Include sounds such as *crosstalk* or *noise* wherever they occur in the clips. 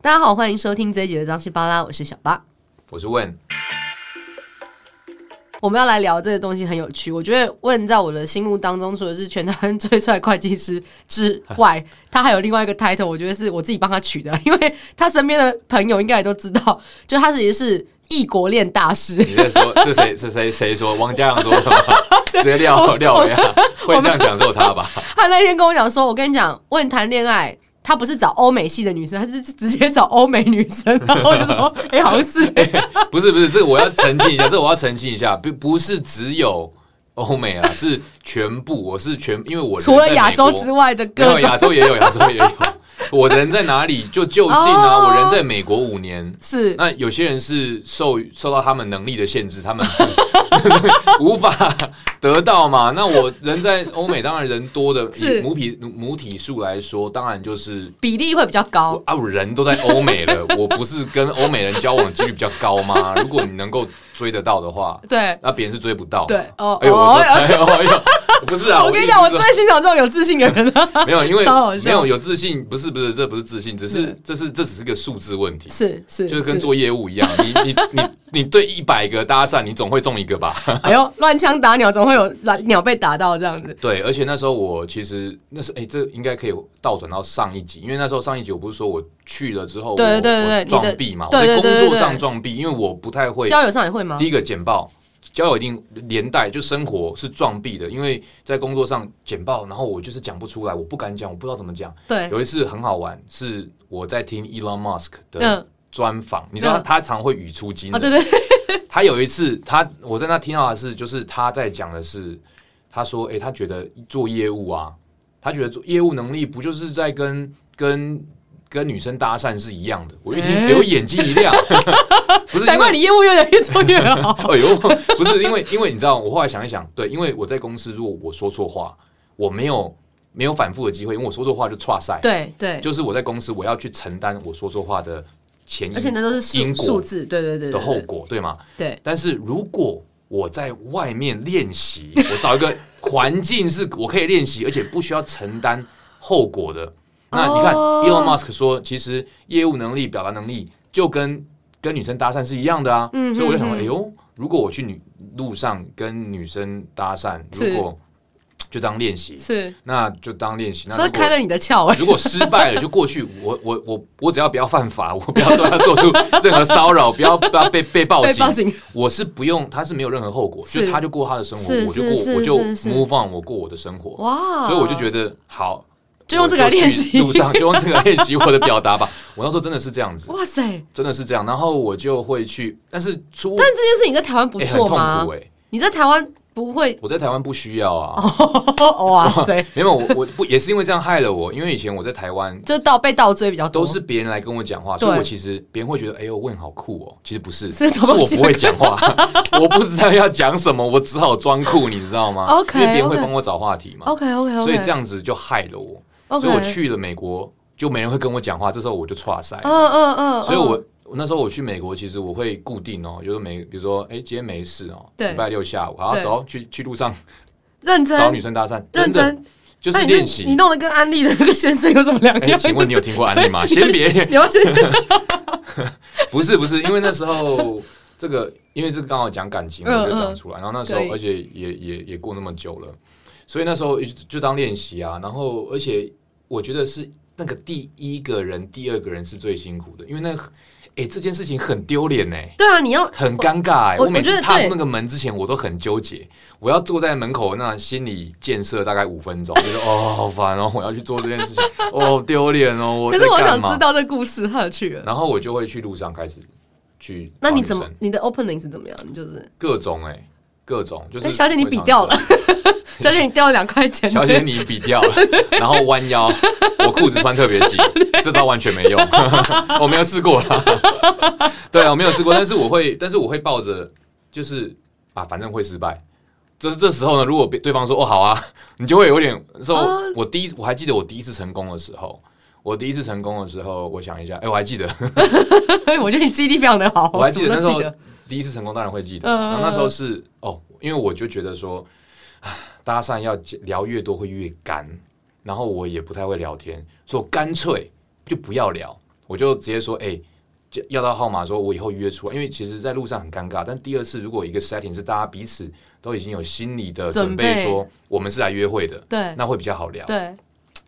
大家好，欢迎收听这一集的张西巴拉，我是小八。我是问，我们要来聊这个东西很有趣，我觉得问在我的心目当中，除了是全台湾最帅会计师之 *laughs* 外，他还有另外一个 title，我觉得是我自己帮他取的， *laughs* 因为他身边的朋友应该也都知道，就他其实是异国恋大师。你在说 *laughs* 是谁？是谁？谁说？王家阳说的 *laughs* 吗？直接我撂撂我维亚，会这样讲只有他吧？ *laughs* 他那天跟我讲说，我跟你讲，问谈恋爱，他不是找欧美系的女生，他是直接找欧美女 *laughs* 生，然后我就说，哎、好像是、不是不是，这个我要澄清一下，这个我要澄清一下，不不是只有欧美啊，是全部，我是全，因为我人除了在亚美洲国之外的没各有种亚洲也有，亚洲也有。 *laughs* 我人在哪里就就近啊，哦我人在美国五年。 *laughs* 是那有些人是受受到他们能力的限制，他们 *laughs* 无法得到嘛。那我人在欧美，当然人多的，是以母体母体数来说，当然就是比例会比较高。啊，我人都在欧 *laughs* 美了，我不是跟欧美人交往几率比较高吗？如果你能够追得到的话，对那别人是追不到。对，，哦哎呦，我哦说，哎呦，哎呦，不是 *laughs* 啊， *laughs* 我跟的你意思讲，我是说最欣赏这种有自信的人了。没有，因为超好笑没有有自信，不是不是，这不是自信，只是对这是这只是个数字问题， *laughs* 是是，就是跟做业务一样，你你你你对一百个搭讪，你总会中一个吧？ *laughs* 是哎呦乱枪打鸟，总会有来鸟被打到这样子。对，而且那时候我其实那是哎、这应该可以倒转到上一集，因为那时候上一集我不是说我去了之后，对对我对对我撞壁嘛，你的对我对在对对工作对上撞壁，因为我不太会交友上也会吗第？一个简报，交友一定连带就生活是撞壁的，因为在工作上简报，然后我就是讲不出来，我不敢讲，我不知道怎么讲。对，有一次很好玩，是我在听 Elon Musk 的嗯专访，你知道嗯他常会语出惊啊人。对对，他有一次，他我在那听到的是，就是他在讲的是，他说，诶，他觉得做业务啊，他觉得做业务能力不就是在跟跟跟女生搭讪是一样的。我一听，诶给我眼睛一 *laughs* 亮，不是难因怪为。你业务越来越做越 *laughs* 好。哎呦，不是因为，因为你知道，我后来想一想，对，因为我在公司，如果我说错话，我没有没有反复的机会，因为我说错话就岔赛，对对，就是我在公司我要去承担我说错话的前因而且那都是数因数果字，对对对的对后对果，对吗？对，但是如果我在外面练习， *laughs* 我找一个环境是我可以练习，而且不需要承担后果的。那你看、哦 e l o n Musk 说，其实业务能力、表达能力就跟跟女生搭讪是一样的啊。嗯所以我就想嗯说，嗯哎呦，如果我去女路上跟女生搭讪，是如果就当练习，是，那就当练习。那所以如果开了你的窍哎。 *laughs* 如果失败了，就过去。我我我我只要不要犯法，我不要对他做出任何骚扰，不要不要被被报被警。报警，我是不用，他是没有任何后果，是就他就过他的生活，是我就是是过我就是是 move on，我过我的生活。哇！所以我就觉得好，就用这个我去练习路上就用这个练习我的表达吧。我那时候真的是这样 *laughs* 子，哇塞！真的是这样。然后我就会去，但是出但这件事情在台湾不哎很做痛吗苦？哎、你在台湾不 *laughs* 会？我在台湾不需要啊。哦哇塞！没有，我我不也是因为这样害了我，因为以前我在台湾就倒被倒追比较多，都是别人来跟我讲话，对所以我其实别人会觉得，哎呦，问好酷哦。其实不是，是是怎么我讲不会讲话， *laughs* 我不知道要讲什么，我只好装酷，你知道吗 OK，因为别人会 OK 帮我找话题嘛 OK OK OK，所以这样子就害了我。 OK，所以我去了美国，就没人会跟我讲话，这时候我就岔塞。嗯嗯嗯，所以我嗯我那时候我去美国，其实我会固定哦，就是每比如说，哎，今天没事哦，对礼拜六下午，好，对走去去路上认找真女生搭讪，认真的真，就那是你就练习你。弄得跟安利的那个先生有什么两哎，样？请问你有听过案例吗？先别， *laughs* 你要 *laughs* 先不是不是，因为那时候这个，因为这个刚好讲感情，嗯我就讲出来。然后那时候可以，而且也也也过那么久了，所以那时候就就当练习啊。然后，而且我觉得是那个第一个人、第二个人是最辛苦的，因为那个，哎、这件事情很丢脸呢。欸对啊，你要很尴尬、欸，我我每我觉次得踏对出那个门之前，我都很纠结。我要坐在门口，那心理建设大概五分钟，觉得哦好烦哦，我要去做这件事情，哦丢脸哦。我可是在我干想嘛知道这故事它的去了。然后我就会去路上开始去那找你女生。怎么你的 opening 是怎么样？你就是各种哎、各种就是、哎小姐你比掉了，小姐你掉了两块钱， *laughs* 小姐你比掉了，然后弯腰，我裤子穿特别 *laughs* 紧，这招完全没用， *laughs* 我没有试过啦。 *laughs* 对啊，我没有试过，但是我会，但是我会抱着就是啊，反正会失败。这这时候呢，如果别对方说哦好啊，你就会有点。说、哦我第一我还记得我第一次成功的时候，我第一次成功的时候，我想一下，哎、我还记得，对，我觉得你记忆力非常的好， *laughs* 我还记得什么那时都候记得。第一次成功，当然会记得。嗯嗯嗯然后那时候是哦，因为我就觉得说，唉搭讪要聊越多会越干，然后我也不太会聊天，所以我干脆就不要聊。我就直接说，哎、就要到号码说，我以后约出来，因为其实在路上很尴尬。但第二次如果一个 setting 是大家彼此都已经有心理的准准备，备说我们是来约会的，对那会比较好聊。对，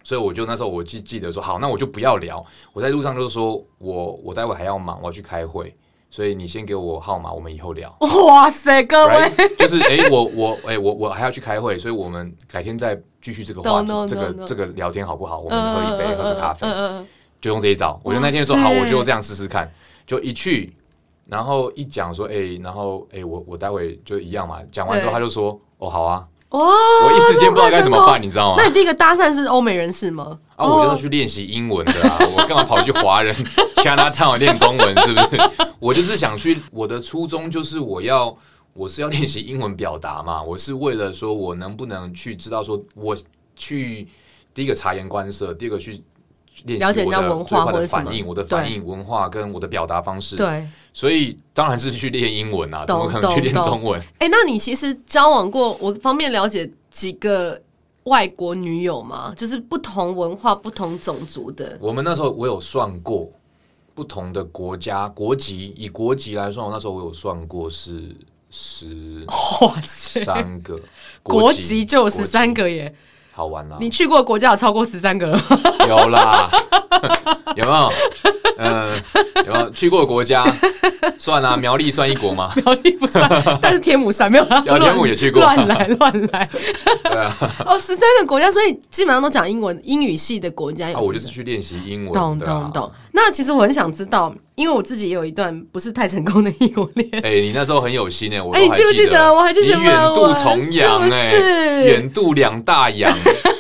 所以我就那时候我记记得说，好，那我就不要聊。我在路上就说我我待会还要忙，我要去开会，所以你先给我号码，我们以后聊。哇塞，各位 right? 就是哎、诶我我哎、我我还要去开会，所以我们改天再继续这个话题 No, no, 这个 no, no. 这个聊天好不好？我嗯，们喝一杯，嗯喝个咖啡嗯，嗯就用这一招。我就那天说哇塞好，我就这样试试看，就一去，然后一讲说哎、然后哎、我我待会就一样嘛。讲完之后对他就说哦好啊，哇，我一时间不知道该怎么办，这快成功。你知道吗？那你第一个搭讪是欧美人士吗？啊，我就是哦去练习英文的啊， *laughs* 我干嘛跑去华人 *laughs* China Town 练中文？是不是？ *laughs* 我就是想去，我的初衷就是我要，我是要练习英文表达嘛，我是为了说我能不能去知道说我去第一个察言观色，第二个去。练了解习我人家的文最化快或者的什反么应，我的对反应文化跟我的表达方式，对，，哎、所以当然是去练英文啊，怎么懂可能去懂练懂中文？哎那你其实交往过，我方便了解几个外国女友吗？就是不同文化、不同种族的，我们那时候我有算过不同的国家国籍，以国籍来算，我那时候我有算过是十 *laughs* 哇塞，三个 *laughs* 国籍就有十三，国籍啊个耶！好玩啦，你去过的国家有超过十三个了吗？ *laughs* 有啦， *laughs* 有没有？嗯，有没有去过的国家？算啦、苗栗算一国 *laughs* 吗？苗栗不算， *laughs* 但是天母算没有啦。有啊天母也去过乱来乱来。 *laughs* *laughs* 对啊，哦，十三个国家，所以基本上都讲英文英语系的国家有、啊我就是。去练习英文的、啊懂懂。懂。那其实我很想知道，因为我自己也有一段不是太成功的异国恋。哎、你那时候很有心哎、我哎都你记不记得我还去你学远曼渡文重洋是不哎、是远渡两大 *laughs* 洋，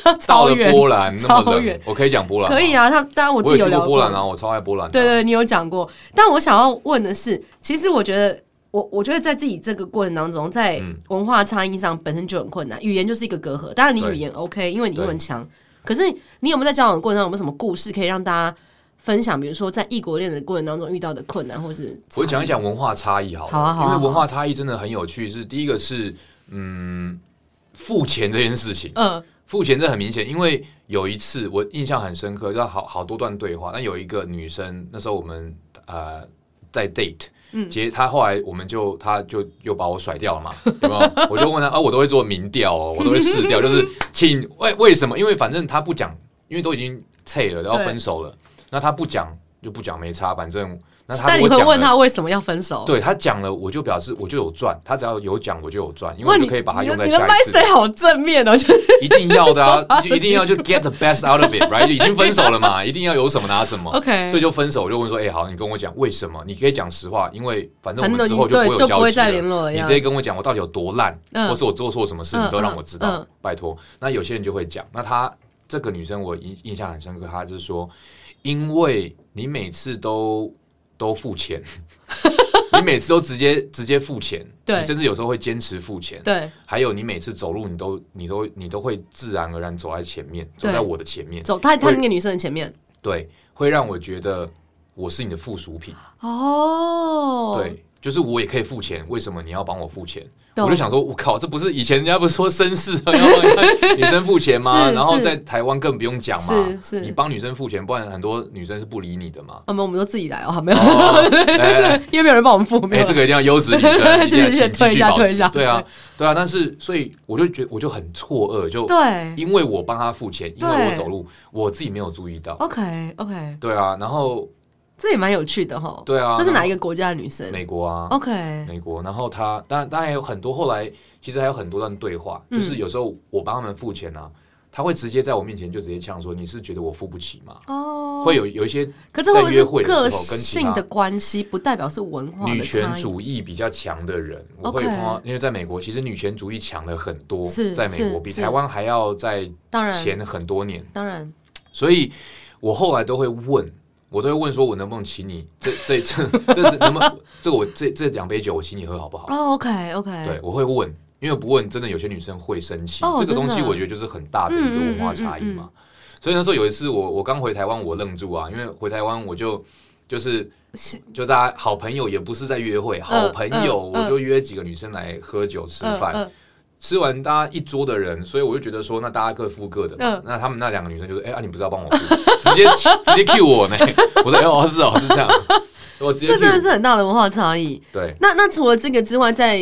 到 *laughs* 超了远波兰那超么远冷，我可以讲波兰吗，可以啊，他当然我自我己有去聊过过。波兰啊，我超爱波兰的。对对，你有讲过。但我想要问的是，其实我觉得。我我觉得在自己这个过程当中，在嗯文化差异上本身就很困难，语言就是一个隔阂。当然你对语言 OK，因为你对英文强。可是你有没有在交往的过程当中有没有什么故事可以让大家分享？比如说在异国恋的过程当中遇到的困难，或是我讲一差讲文化差异好了，好啊好啊因好为啊文化差异真的很有趣。是第一个是嗯，付钱这件事情异，，嗯付钱这很明显，因为有一次我印象很深刻，要好好多段对话。那有一个女生，那时候我们呃在 date。嗯其实她后来我们就她就又把我甩掉了嘛，有没有？ *laughs* 我就问她啊，我都会做民调哦，我都会试 *laughs* 调，就是请为为什么？因为反正她不讲，因为都已经退了，要对分手了，那她不讲就不讲，没差，反正那她但如你果会讲问了他为什么要分手？对他讲了，我就表示我就有赚，他只要有讲我就有赚，因为哇，我你就可以把它用在你下的一 mindset 次，好正面哦，就是 *laughs* 一定要 *laughs* 的说话啊，是就一定要就 get the best out of it，right？已经分手了 *laughs* 嘛，一定要有什么拿什么 OK 所以就分手，我就问说，哎、好，你跟我讲为什么？你可以讲实话，因为反正反正我们都已之经后就对不会有就不交会集再了联络了你呀直接跟我讲我到底有多烂，嗯或是我做错什么事，嗯你都让我知道，嗯嗯拜托。那有些人就会讲，那她这个女生我印印象很深刻，她就是说，因为你每次都都付 *laughs* 钱，你每次都直接直接付钱，对你甚至有时候会坚持付钱，对还有你每次走路你都你都你都会自然而然走在前面，走对在我的前面，走他他会那个女生的前面对，会让我觉得我是你的附属品，哦，对，就是我也可以付钱，为什么你要帮我付钱？懂我就想说，我靠，这不是以前人家不是说绅士要帮人家女生付钱吗？是然后是在台湾更不用讲嘛是，是。你帮女生付钱，不然很多女生是不理你的嘛 *laughs* 我们我们都自己来哦，没有，哦，来来来， *laughs* 因为没有人帮我们付，没哎、有这个一定要优质 *laughs* 女生，一定要是是是请继退一续下保持退一下对啊，对啊。但是，所以我就觉得我就很错愕，就对因为我帮他付钱，因为对我走路，我自己没有注意到。 ，OK OK，对啊，然后这也蛮有趣的哈。对啊，这是哪一个？个国家的女生美国啊， ？OK，美国。然后他，当然当然还有很多，后来其实还有很多段对话，嗯就是有时候我帮他们付钱啊，他会直接在我面前就直接呛说：“你是觉得我付不起吗？”哦，会有有一些可是会不在约会会是的时个候跟其他性的关系，不代表是文化女的权差异？主义比较强的人，我会 OK 碰到，因为在美国其实女权主义强了很多，是在美国是比是台湾还要在当然，前很多年，当然，所以我后来都会问，我都会问说，我能不能请你这这这这是能不能这个我这这两杯酒我请你喝好不好？哦，OK OK，啊对，我会问，因为不问真的有些女生会生气，哦这个东西真的嗯我觉得就是很大的一个文化差异嘛。所以那时候有一次我我刚回台湾，我愣住啊，因为回台湾我就就是是就大家好朋友也不是在约会，好朋友嗯嗯我就约几个女生来喝酒吃嗯饭，嗯吃完大家一桌的人，所以我就觉得说，那大家各付各的嘛。嗯那他们那两个女生就是，哎、啊，你不是要帮我付， *laughs* 直接直接 Q 我呢？ *laughs* 我说，哎哦，是哦，是这样， *laughs* 我直接这真的 Q。是很大的文化差异。对，那那除了这个之外，在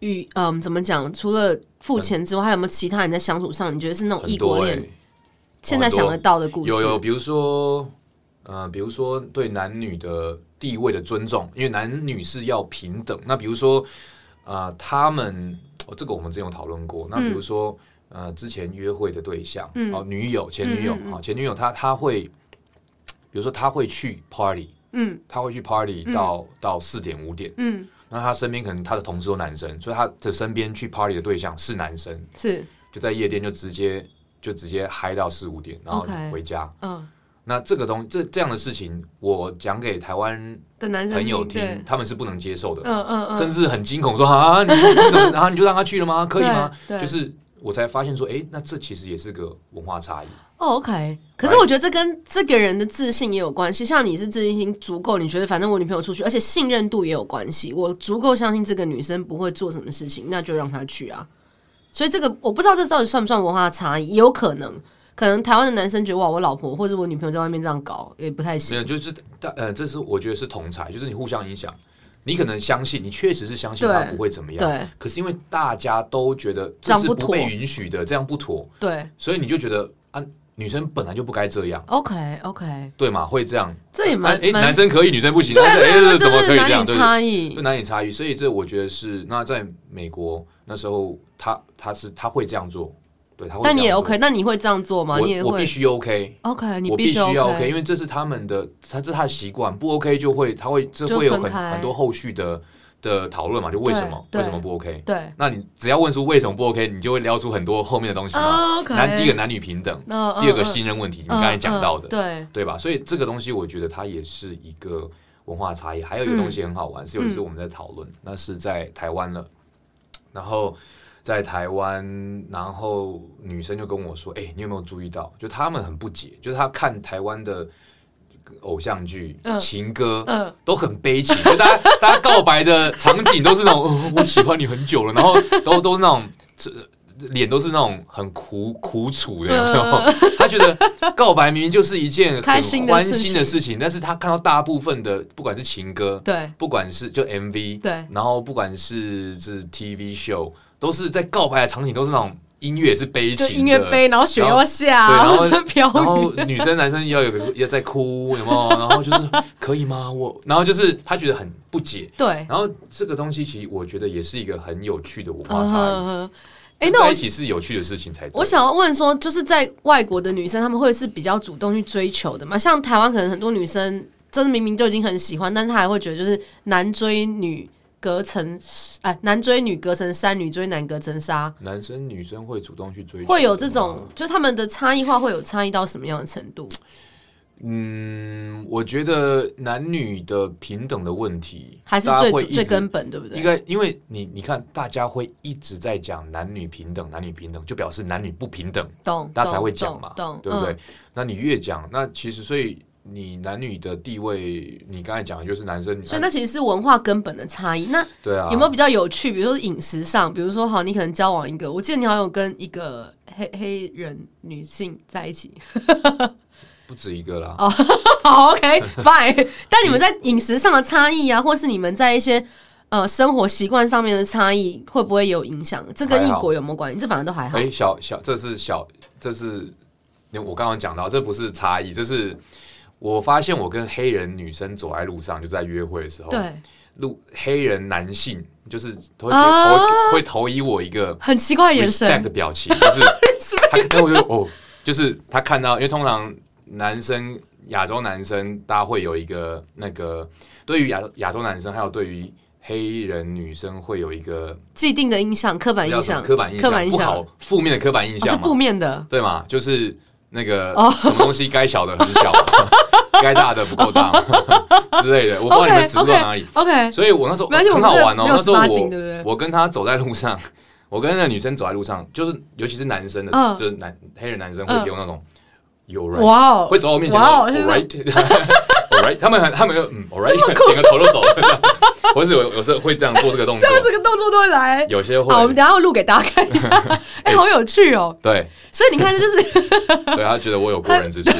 与嗯怎么讲，除了付钱之外，还有没有其他人在相处上，你觉得是那种很异多国哎、恋现在想得到的故事？有有，比如说，呃，比如说对男女的地位的尊重，因为男女是要平等。那比如说，呃，他们、哦、这个我们之前有讨论过。那比如说，呃，之前约会的对象，嗯哦，女友、前女友啊嗯、嗯嗯哦前女友她她会，比如说她会去 party，嗯她会去 party 嗯到、到四点五点。嗯，那她身边可能她的同事都男生，所以她的身边去 party 的对象是男生，是就在夜店就直接就直接嗨到四五点，然后 OK 回家。嗯那这个东这这样的事情，我讲给台湾的男生朋友对听，他们是不能接受的，嗯嗯嗯，甚至很惊恐说啊，你你怎么 *laughs* 啊你就让他去了吗？可以吗？对对就是我才发现说，诶，那这其实也是个文化差异。哦，OK。可是我觉得这跟这个人的自信也有关系。像你是自信心足够，你觉得反正我女朋友出去，而且信任度也有关系。我足够相信这个女生不会做什么事情，那就让她去啊。所以这个我不知道这到底算不算文化差异，也有可能，可能台湾的男生觉得哇，我老婆或者我女朋友在外面这样搞也不太没行。有，就是但呃，这是我觉得是同才，就是你互相影响。你可能相信，你确实是相信对他不会怎么样，对可是因为大家都觉得这这样是不不妥被允许的，这样不妥，对所以你就觉得啊，女生本来就不该这样， ，OK OK，对嘛？会这样，这也哎、蛮诶蛮男生可以，女生不行，对啊，哎哎这就这怎么可是以这男样？女对不对差异就。难以差异，所以这我觉得是那在美国那时候他他是他会这样做，对，他会这样做。但你也 OK，那你会这样做吗？你也我我必会须 OK， OK，你我必须要 OK，因为这是他们的，他这是他的习惯，不 OK 就会他会这就会有分很开很多后续的的讨论嘛，就为什么对为什么对不 OK？对。那你只要问出为什么不 OK，你就会撩出很多后面的东西嘛。啊，OK。嗯男第一个男女平等，那第二个信任问题，你刚才讲到的，对，对吧？所以这个东西我觉得它也是一个文化差异。还有一个东西很好玩，是有一嗯次我们在讨论，那是在台湾了，然后在台湾，然后女生就跟我说：“哎、你有没有注意到？就他们很不解，就是他看台湾的。”偶像剧、嗯情歌、嗯都很悲情，就大家大家告白的场景都是那种、 *laughs* 哦我喜欢你很久了，然后都都是那种这脸都是那种很苦苦楚的，有没有嗯他觉得告白明明就是一件很开心的欢事情欣的事情，但是他看到大部分的，不管是情歌，对不管是就 MV，对然后不管是是 TV show，都是在告白的场景，都是那种音乐是悲情就的，音乐啊杯，然后雪然后又下，*laughs* 对然后后是飘然雨，后女生男生要有个要在哭，有没有？然后就是 *laughs* 可以吗？我，然后就是他觉得很不解，对，然后这个东西其实我觉得也是一个很有趣的文化嗯哼差异。哼。哎，那在我一起是有趣的事情才对。我想要问说，就是在外国的女生，她们会是比较主动去追求的吗？像台湾可能很多女生，真的明明就已经很喜欢，但是她还会觉得就是男追女隔层，哎，男追女隔层山，女追男隔层纱，男生女生会主动去追求吗，会有这种，就是他们的差异化会有差异到什么样的程度？嗯，我觉得男女的平等的问题还是大家最会主一最直根本，对不对？应该，因为你你看，大家会一直在讲男女平等，男女平等，就表示男女不平等，懂，大家才懂会讲嘛，懂，对不对？嗯？那你越讲，那其实所以你男女的地位，你刚才讲的就是男生，所以那其实是文化根本的差异。那对啊，有没有比较有趣？比如说是饮食上，比如说好，你可能交往一个，我记得你好像有跟一个黑黑人女性在一起。 *laughs* 不止一个啦？哦好，OK，fine、但嗯你们在饮食上的差异啊，或是你们在一些呃生活习惯上面的差异，会不会有影响？这跟异还好国有没有关系？这反正都还好。哎、小小，这是小，这是我刚刚讲到，这不是差异，这是我发现我跟黑人女生走在路上，就在约会的时候，对，路黑人男性就是会给啊投会投以我一个很奇怪的眼 respect 神，的表情，就是 *laughs* 他，那我就哦，就是他看到，因为通常男生亚洲男生大家会有一个那个对于亚亚洲男生，还有对于黑人女生会有一个既定的印象、刻板比较印什么象、刻板印象，刻板印不象，好负面的刻板印哦是象负嘛，面的。对嘛，就是那个哦什么东西该小的很 *laughs* 小，该大的不够大 *laughs* 之类的，我不知道你们 OK 知不知道哪里 OK。OK， *laughs* 所以我那时候没关系很我好们这玩哦。没有那时候18禁对不对我我跟他走在路上， *laughs* 我跟那个女生走在路上，就是尤其是男生的，嗯就是男黑人男生会嗯给我那种有 right，哇哦，会走到我面前哇说哦，是 all 这样 *laughs* right，all right，他们很他们有嗯 all right，点 *laughs* 个头就走了这样。我是有有时候会这样做这个动 *laughs* 这作，样子个动作都会来。有些好，我们会等一下要录给大家看一 *laughs* 下，哎、好有趣哦！对所以你看，这就是 *laughs* 对，他觉得我有过人之处，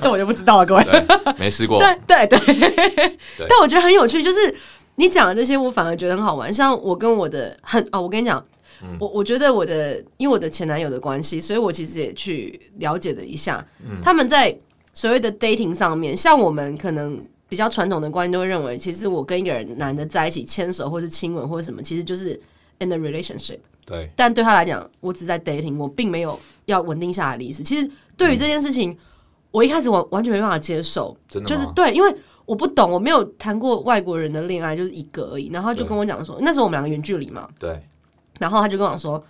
这我就不知道了，各位。对，没试过，对对对，但我觉得很有趣，就是你讲的这些，我反而觉得很好玩。像我跟我的很哦，我跟你讲，我我觉得我的因为我的前男友的关系，所以我其实也去了解了一下，他们在所谓的 dating 上面，像我们可能。比较传统的观念都会认为，其实我跟一个人男的在一起牵手或是亲吻或者什么，其实就是 in a relationship。对但对他来讲，我只在 dating，我并没有要稳定下来的意思。其实对于这件事情，我一开始完完全没办法接受，嗯真的就是吗对，因为我不懂，我没有谈过外国人的恋爱，就是一个而已。然后他就对跟我讲说，那时候我们两个远距离嘛，对，然后他就跟我讲说，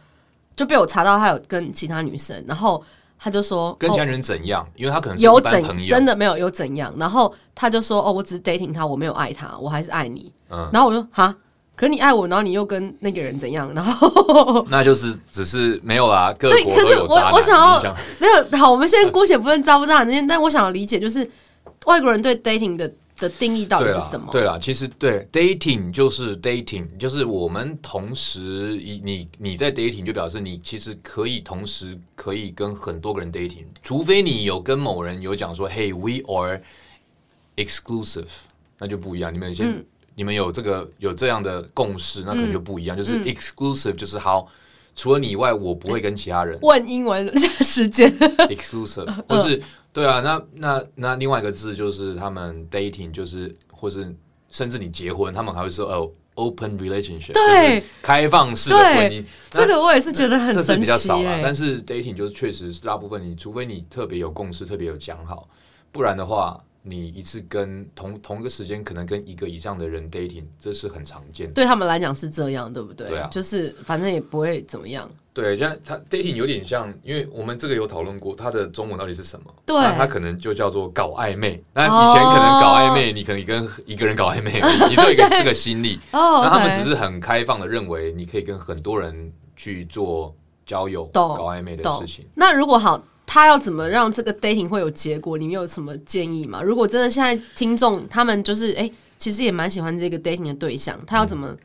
就被我查到他有跟其他女生，然后他就说跟哦其他人怎样？因为他可能是有一般朋怎友真，的没有有怎样，然后他就说哦，我只是 dating 他，我没有爱他，我还是爱你。嗯，然后我就哈，可是你爱我，然后你又跟那个人怎样？然后那就是只是没有啦，各对国可都是有我渣男我想要你想没有好，我们现在姑且不论渣不渣男这件，但我想理解就是外国人对 dating 的的定义到底对是啦什么？对啦，其实对 dating 就是 dating，就是我们同时以你你在 dating 就表示你其实可以同时可以跟很多个人 dating，除非你有跟某人有讲说，Hey we are exclusive，那就不一样。你们先、嗯你们有这个有这样的共识，那可能就不一样。就是嗯 exclusive 就是好，除了你以外，我不会跟其他人。问英文时 *laughs* 间 *laughs* exclusive，或嗯是对啊，那那那另外一个字就是他们 dating，就是或是甚至你结婚，他们还会说哦 open relationship，对，开放式的婚姻，那这个我也是觉得很这是神比较奇少啦哎、。但是 dating 就是确实是大部分你，除非你特别有共识，特别有讲好，不然的话。你一次跟同同一个时间，可能跟一个以上的人 dating，这是很常见的。对他们来讲是这样，对不对？对啊就是反正也不会怎么样。对，像它 dating 有点像，因为我们这个有讨论过，它的中文到底是什么？对那它可能就叫做搞暧昧。那以前可能搞暧昧，你可能跟一个人搞暧昧，*laughs* 你都有一个这个心理。哦、那 o 他们只是是很开放的认为，你可以跟很多人去做交友、懂搞暧昧的懂事情。。那如果好，他要怎么让这个 dating 会有结果？你们有什么建议吗？如果真的现在听众他们就是哎、其实也蛮喜欢这个 dating 的对象，他要怎嗯么？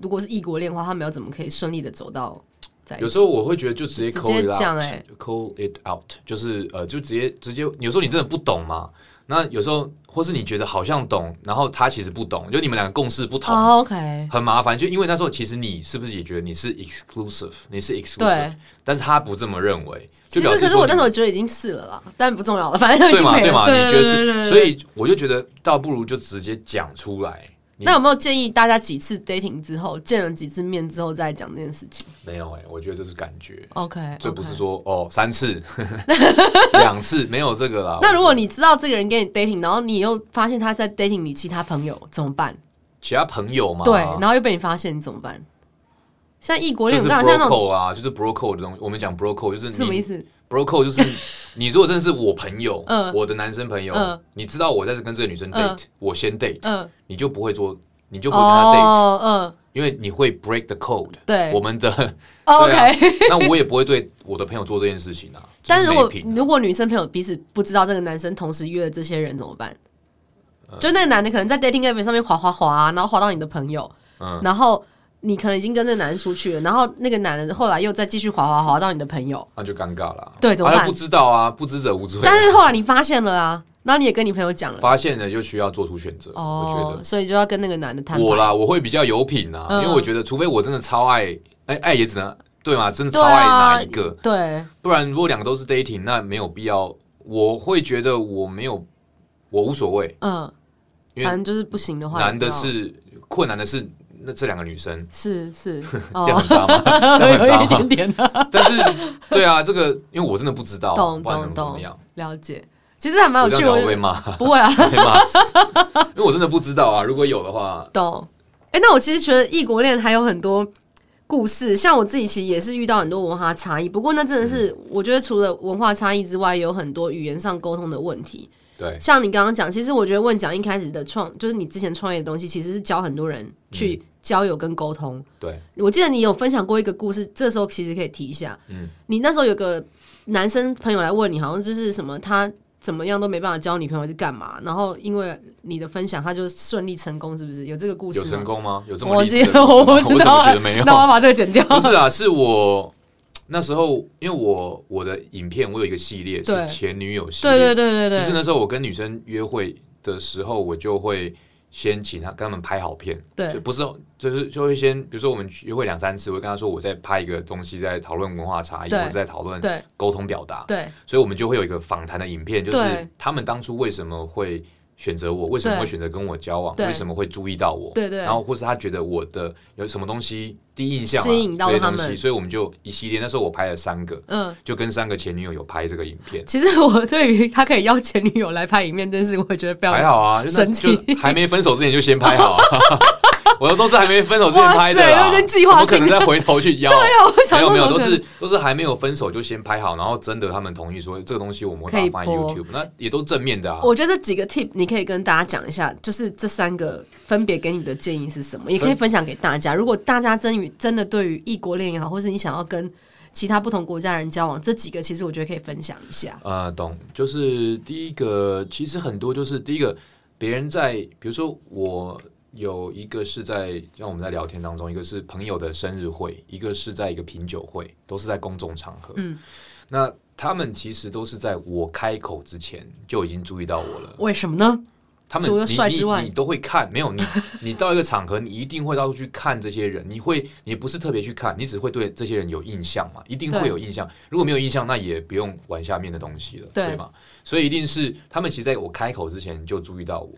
如果是异国恋的话，他们要怎么可以顺利的走到在一起？有时候我会觉得就直接直 call 接 it 讲 out，、欸 call it out，就是呃，就直接直接，有时候你真的不懂嘛。那有时候，或是你觉得好像懂，然后他其实不懂，就你们两个共识不同。哦 OK，很麻烦，就因为那时候其实你是不是也觉得你是 exclusive，你是 exclusive，对但是他不这么认为，其就实表示可是我那时候候觉得已经是了啦，但不重要了，反正已对经嘛没对了。嘛，你觉得对对是，所以我就觉得倒不如就直接讲出来。你那有没有建议大家几次 dating 之后见了几次面之后再讲这件事情没有哎、我觉得这是感觉， ？OK，这不是说哦 *laughs* 三次两次没有这个啦。那如我果你知道这个人跟你 dating，然后你又发现他在 dating 你其他朋友怎么办？其他朋友嘛，对，然后又被你发现你怎么办？像异国就恋，我是刚好像那种 broco 啊，就是 broco 的东西，我们讲 broco 就是你什么意思？ broco 就是你如果真的是我朋友， *laughs* 嗯我的男生朋友，嗯你知道我在这跟这个女生 date，、我先 date，、嗯，你就不会做，你就不会跟他 date，、哦，嗯因为你会 break the code。对我们的 *laughs* 哦对啊，OK。那我也不会对我的朋友做这件事情啊。 *laughs* 但是如我果如果女生朋友彼此不知道这个男生同时约了这些人怎么办？就那个男的可能在 dating app 上面滑滑滑，然后滑到你的朋友，嗯然后你可能已经跟那个男的出去了，然后那个男的后来又再继续滑滑滑到你的朋友，那就尴尬了，对怎么办他就不知道啊，不知者无罪。但是后来你发现了啊，然后你也跟你朋友讲了，发现了就需要做出选择，我觉哦得，。所以就要跟那个男的摊牌。我啦，我会比较有品啊，嗯因为我觉得，除非我真的超爱，哎爱也只能对嘛，真的对超爱哪啊一个，对，不然如果两个都是 dating，那没有必要。我会觉得我没有，我无所谓。嗯，因为反正就是不行的话，难的也不要是哦困难的是那这两个女生，是是 *laughs* 这哦，样很 *laughs* 渣吗？这样很渣吗？点的、但是对啊，这个因为我真的不知道，懂不然能懂怎么懂样？，了解。其实还蛮我有这样趣，讲我会被 *laughs* 骂，不会啊，被骂死。因为我真的不知道啊，如果有的话，懂。哎、那我其实觉得异国恋还有很多故事，像我自己其实也是遇到很多文化差异，不过那真的嗯是、我觉得除了文化差异之外，也有很多语言上沟通的问题。对像你刚刚讲，其实我觉得问讲一开始的创，就是你之前创业的东西，其实是教很多嗯人去交友跟沟通。对，我记得你有分享过一个故事，这时候其实可以提一下。嗯你那时候有个男生朋友来问你，好像就是什么他怎么样都没办法交女朋友还是干嘛，然后因为你的分享，他就顺利成功，是不是？有这个故事有吗？成功吗？有这我么励记志的得故事吗？我我不知怎么道啊觉得没 *laughs* 有？那我要把这个剪掉。不是啦，是我那时候，因为我我的影片我有一个系列对是前女友系列，对对对对就是对，那时候我跟女生约会的时候，我就会先请她跟他们拍好片，就对不是就是就会先，比如说我们约会两三次，我会跟她说我在拍一个东西，在讨论文化差异，对或者在讨论对沟通表达，对所以我们就会有一个访谈的影片，就对是他们当初为什么会选择我，为什么对会选择跟我交往，对为什么会注意到我，对对，然后或是他觉得我的有什么东西第一印象、啊、吸引到这些他东西们所以我们就一系列。那时候我拍了三个，嗯。就跟三个前女友有拍这个影片，其实我对于他可以邀前女友来拍影片这件事，我觉得非常还好啊，就那神奇就还没分手之前就先 *laughs* 拍好、啊。我都是还没分手之前哇塞拍的那啦，跟计划性怎么可能再回头去邀？ *laughs* 对啊，我想没有说没有，怎么都可能是都是还没有分手就先拍好，然后真的他们同意说这个东西我们会可以把它放在播 YouTube，那也都正面的啊。我觉得这几个 tip 你可以跟大家讲一下，就是这三个分别给你的建议是什么，也可以分享给大家。如果大家真与真的对于异国恋也好，或是你想要跟其他不同国家人交往，这几个其实我觉得可以分享一下。呃，懂，就是第一个，其实很多就是第一个，别人在，比如说我有一个是在像我们在聊天当中，一个是朋友的生日会，一个是在一个品酒会，都是在公众场合。嗯，那他们其实都是在我开口之前就已经注意到我了。为什么呢？他们除了你帅之外你，你都会看，没有你，你到一个场合，你一定会到处去看这些人，你会，你不是特别去看，你只会对这些人有印象嘛，一定对会有印象。如果没有印象，那也不用玩下面的东西了，对对吗？所以一定是他们其实在我开口之前就注意到我，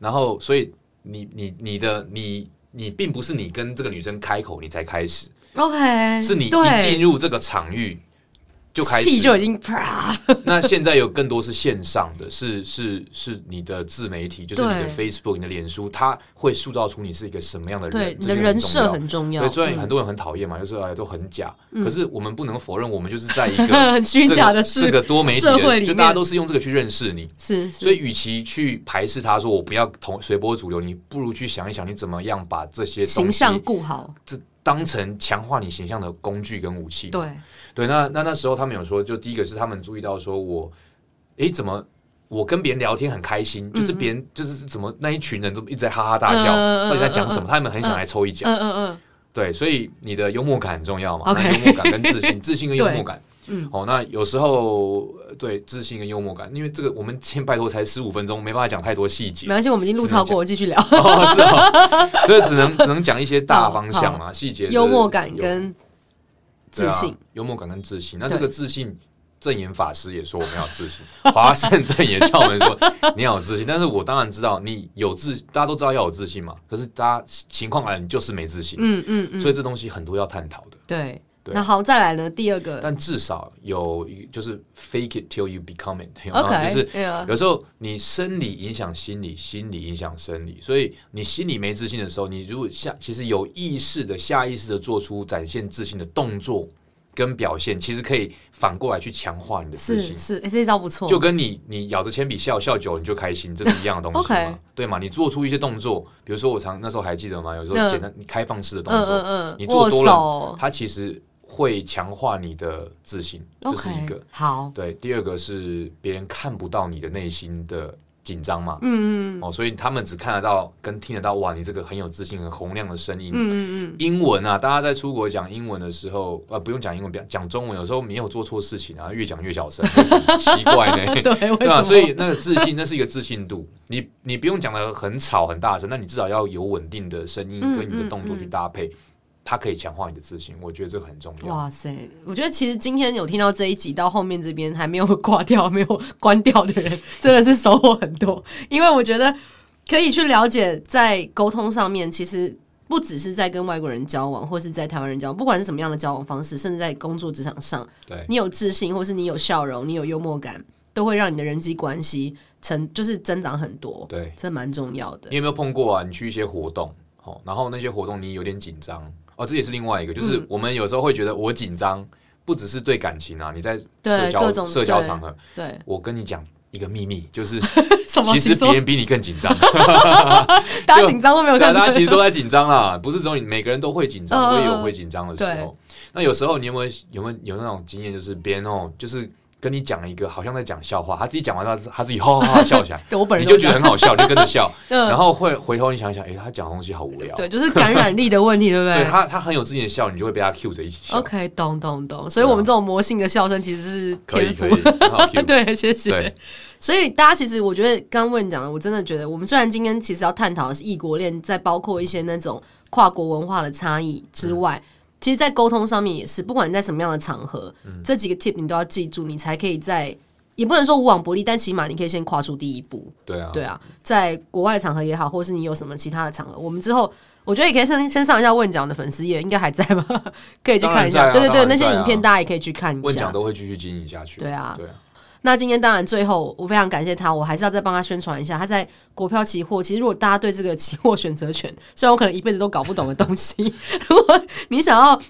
然后所以你你你的你你并不是你跟这个女生开口你才开始， OK，是你一进嗯对入这个场域就开始气就已经啪，那现在有更多是线上的，是是是你的自媒体，就是你的对 Facebook、你的脸书，它会塑造出你是一个什么样的对人，你这的些人重要设很重要，对，虽然 *laughs* 很嗯多人很讨厌嘛，就是哎都很假，嗯可是我们不能否认，我们就是 *laughs* 在一个很虚假的这事个这个多媒体社会里的，就大家面都是用这个去认识你。是所以，是，与其去排斥他，说我不要同随波逐流，你不如去想一想，你怎么样把这些形东西象顾好，这当成强化你形象的工具跟武器。对对，那那那时候他们有说，就第一个是他们注意到说我，诶，怎么我跟别人聊天很开心，就是别人就是怎么那一群人都一直在哈哈大嗯嗯笑，嗯嗯到底在讲什嗯么？他们很想来抽一奖。嗯嗯嗯，对，所以你的幽默感很重要嘛 OK 那幽默感跟自信， *laughs* 自信跟幽默感。嗯哦，那有时候呃对自信跟幽默感，因为这个我们先拜托才十五分钟，没办法讲太多细节没。关系，我们已经录超过，继续聊哦，是哦， *laughs* 所以只能只能讲一些大方向嘛，细节的幽默感有跟对自信。啊，幽默感跟自信。那对这个自信，正言法师也说我们要有自信， *laughs* 华盛顿也叫我们说你要有自信。但是我当然知道，你有自，大家都知道要有自信嘛。可是大家情况来了，你就是没自信，嗯嗯嗯，所以这东西很多要探讨的。对。对那好，再来呢？第二个但至少有一就是 fake it till you become it，有没有啊就，OK，哎是。 yeah，有时候你生理影响心理，心理影响生理，所以你心里没自信的时候，你如果下其实有意识的、下意识的做出展现自信的动作跟表现，其实可以反过来去强化你的自是信。是，哎，这一招不错，就跟你你咬着铅笔笑笑久了你就开心，这是一样的东西 *laughs* OK 嘛，对嘛？你做出一些动作，比如说我常那时候还记得吗？有时嗯候简单开放式的嗯动作，嗯嗯，你握做多了手它其实会强化你的自信，这是一个。哦，OK，好，对，第二个是别人看不到你的内心的紧张嘛，嗯嗯哦，所以他们只看得到跟听得到，哇，你这个很有自信、很洪亮的声音。嗯 *laughs* 嗯英文啊，大家在出国讲英文的时候，啊，不用讲英文，不要讲中文，有时候没有做错事情啊，越讲越小声，为什么奇怪 *laughs* 呢嗯，。对，为对什么？啊，所以那个自信，那是一个自信度。你你不用讲的很吵很大声，那你至少要有稳定的声音嗯跟你嗯的动作去搭配，它可以强化你的自信。我觉得这个很重要。哇塞！我觉得其实今天有听到这一集到后面这边还没有挂掉、 *laughs* 没有关掉的人， *laughs* 真的是收获很多。因为我觉得可以去了解，在沟通上面，其实不只是在跟外国人交往，或是在台湾人交往，不管是什么样的交往方式，甚至在工作职场上，对你有自信，或是你有笑容，你有幽默感，都会让你的人际关系成就是增长很多，对，这蛮重要的你。有没有碰过啊？你去一些活动，哦，然后那些活动你有点紧张哦，这也是另外一个，嗯就是我们有时候会觉得我紧张，不只是对感情啊，你在对社各交种社交对场合，对，我跟你讲一个秘密，就是 *laughs* 什么？其实请别说人比你更紧 *laughs* 张，啊大家紧张都没有大看家出其实来。都在紧张啦，不是只有你，每个人都会紧嗯嗯张，我也嗯有会紧张的时对，候。那有时候你有没有有没有有那种经验，就是别人哦，就是跟你讲一个好像在讲笑话，他自己讲完他他自己哈哈哈笑起来对我 *laughs* 本你人就都这觉得样很好笑，你就跟着笑， *laughs* 嗯然后会回头你想一想，诶，他讲的东西好无聊，对，就是感染力的问题，对不 *laughs* *laughs* 对对他他很有自己的笑，你就会被他 cue 着一起笑， ？OK，懂懂懂。所以我们这种魔性的笑声其实是可以天赋可 *laughs* 以，。很好 cue，对，谢谢对。所以大家其实，我觉得刚问讲的，我真的觉得，我们虽然今天其实要探讨的是异国恋，再包括一些那种跨国文化的差异之外，嗯其实，在沟通上面也是，不管你在什么样的场合，嗯这几个 tip 你都要记住，你才可以在也不能说无往不利，但起码你可以先跨出第一步。对啊，对啊，在国外场合也好，或是你有什么其他的场合，我们之后我觉得也可以先先上一下问奖的粉丝页，应该还在吧？ *laughs* 可以去看一下。当然在啊对对对，当然那些在啊影片大家也可以去看一问下讲。都会继续经营下啊去，对啊，对啊，那今天当然最后我非常感谢他，我还是要再帮他宣传一下。他在国票期货，其实如果大家对这个期货选择权， *laughs* 虽然我可能一辈子都搞不懂的东西， *laughs* 如果你想要。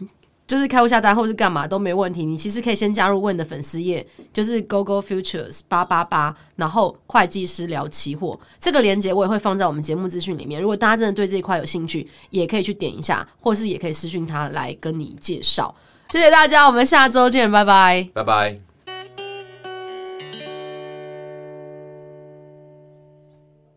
就是开户下单或是干嘛都没问题，你其实可以先加入问的粉丝页，就是 g o g o Futures 八八八，然后会计师聊期货这个链接我也会放在我们节目资讯里面。如果大家真的对这一块有兴趣，也可以去点一下，或是也可以私讯他来跟你介绍。谢谢大家，我们下周见，拜拜。拜拜。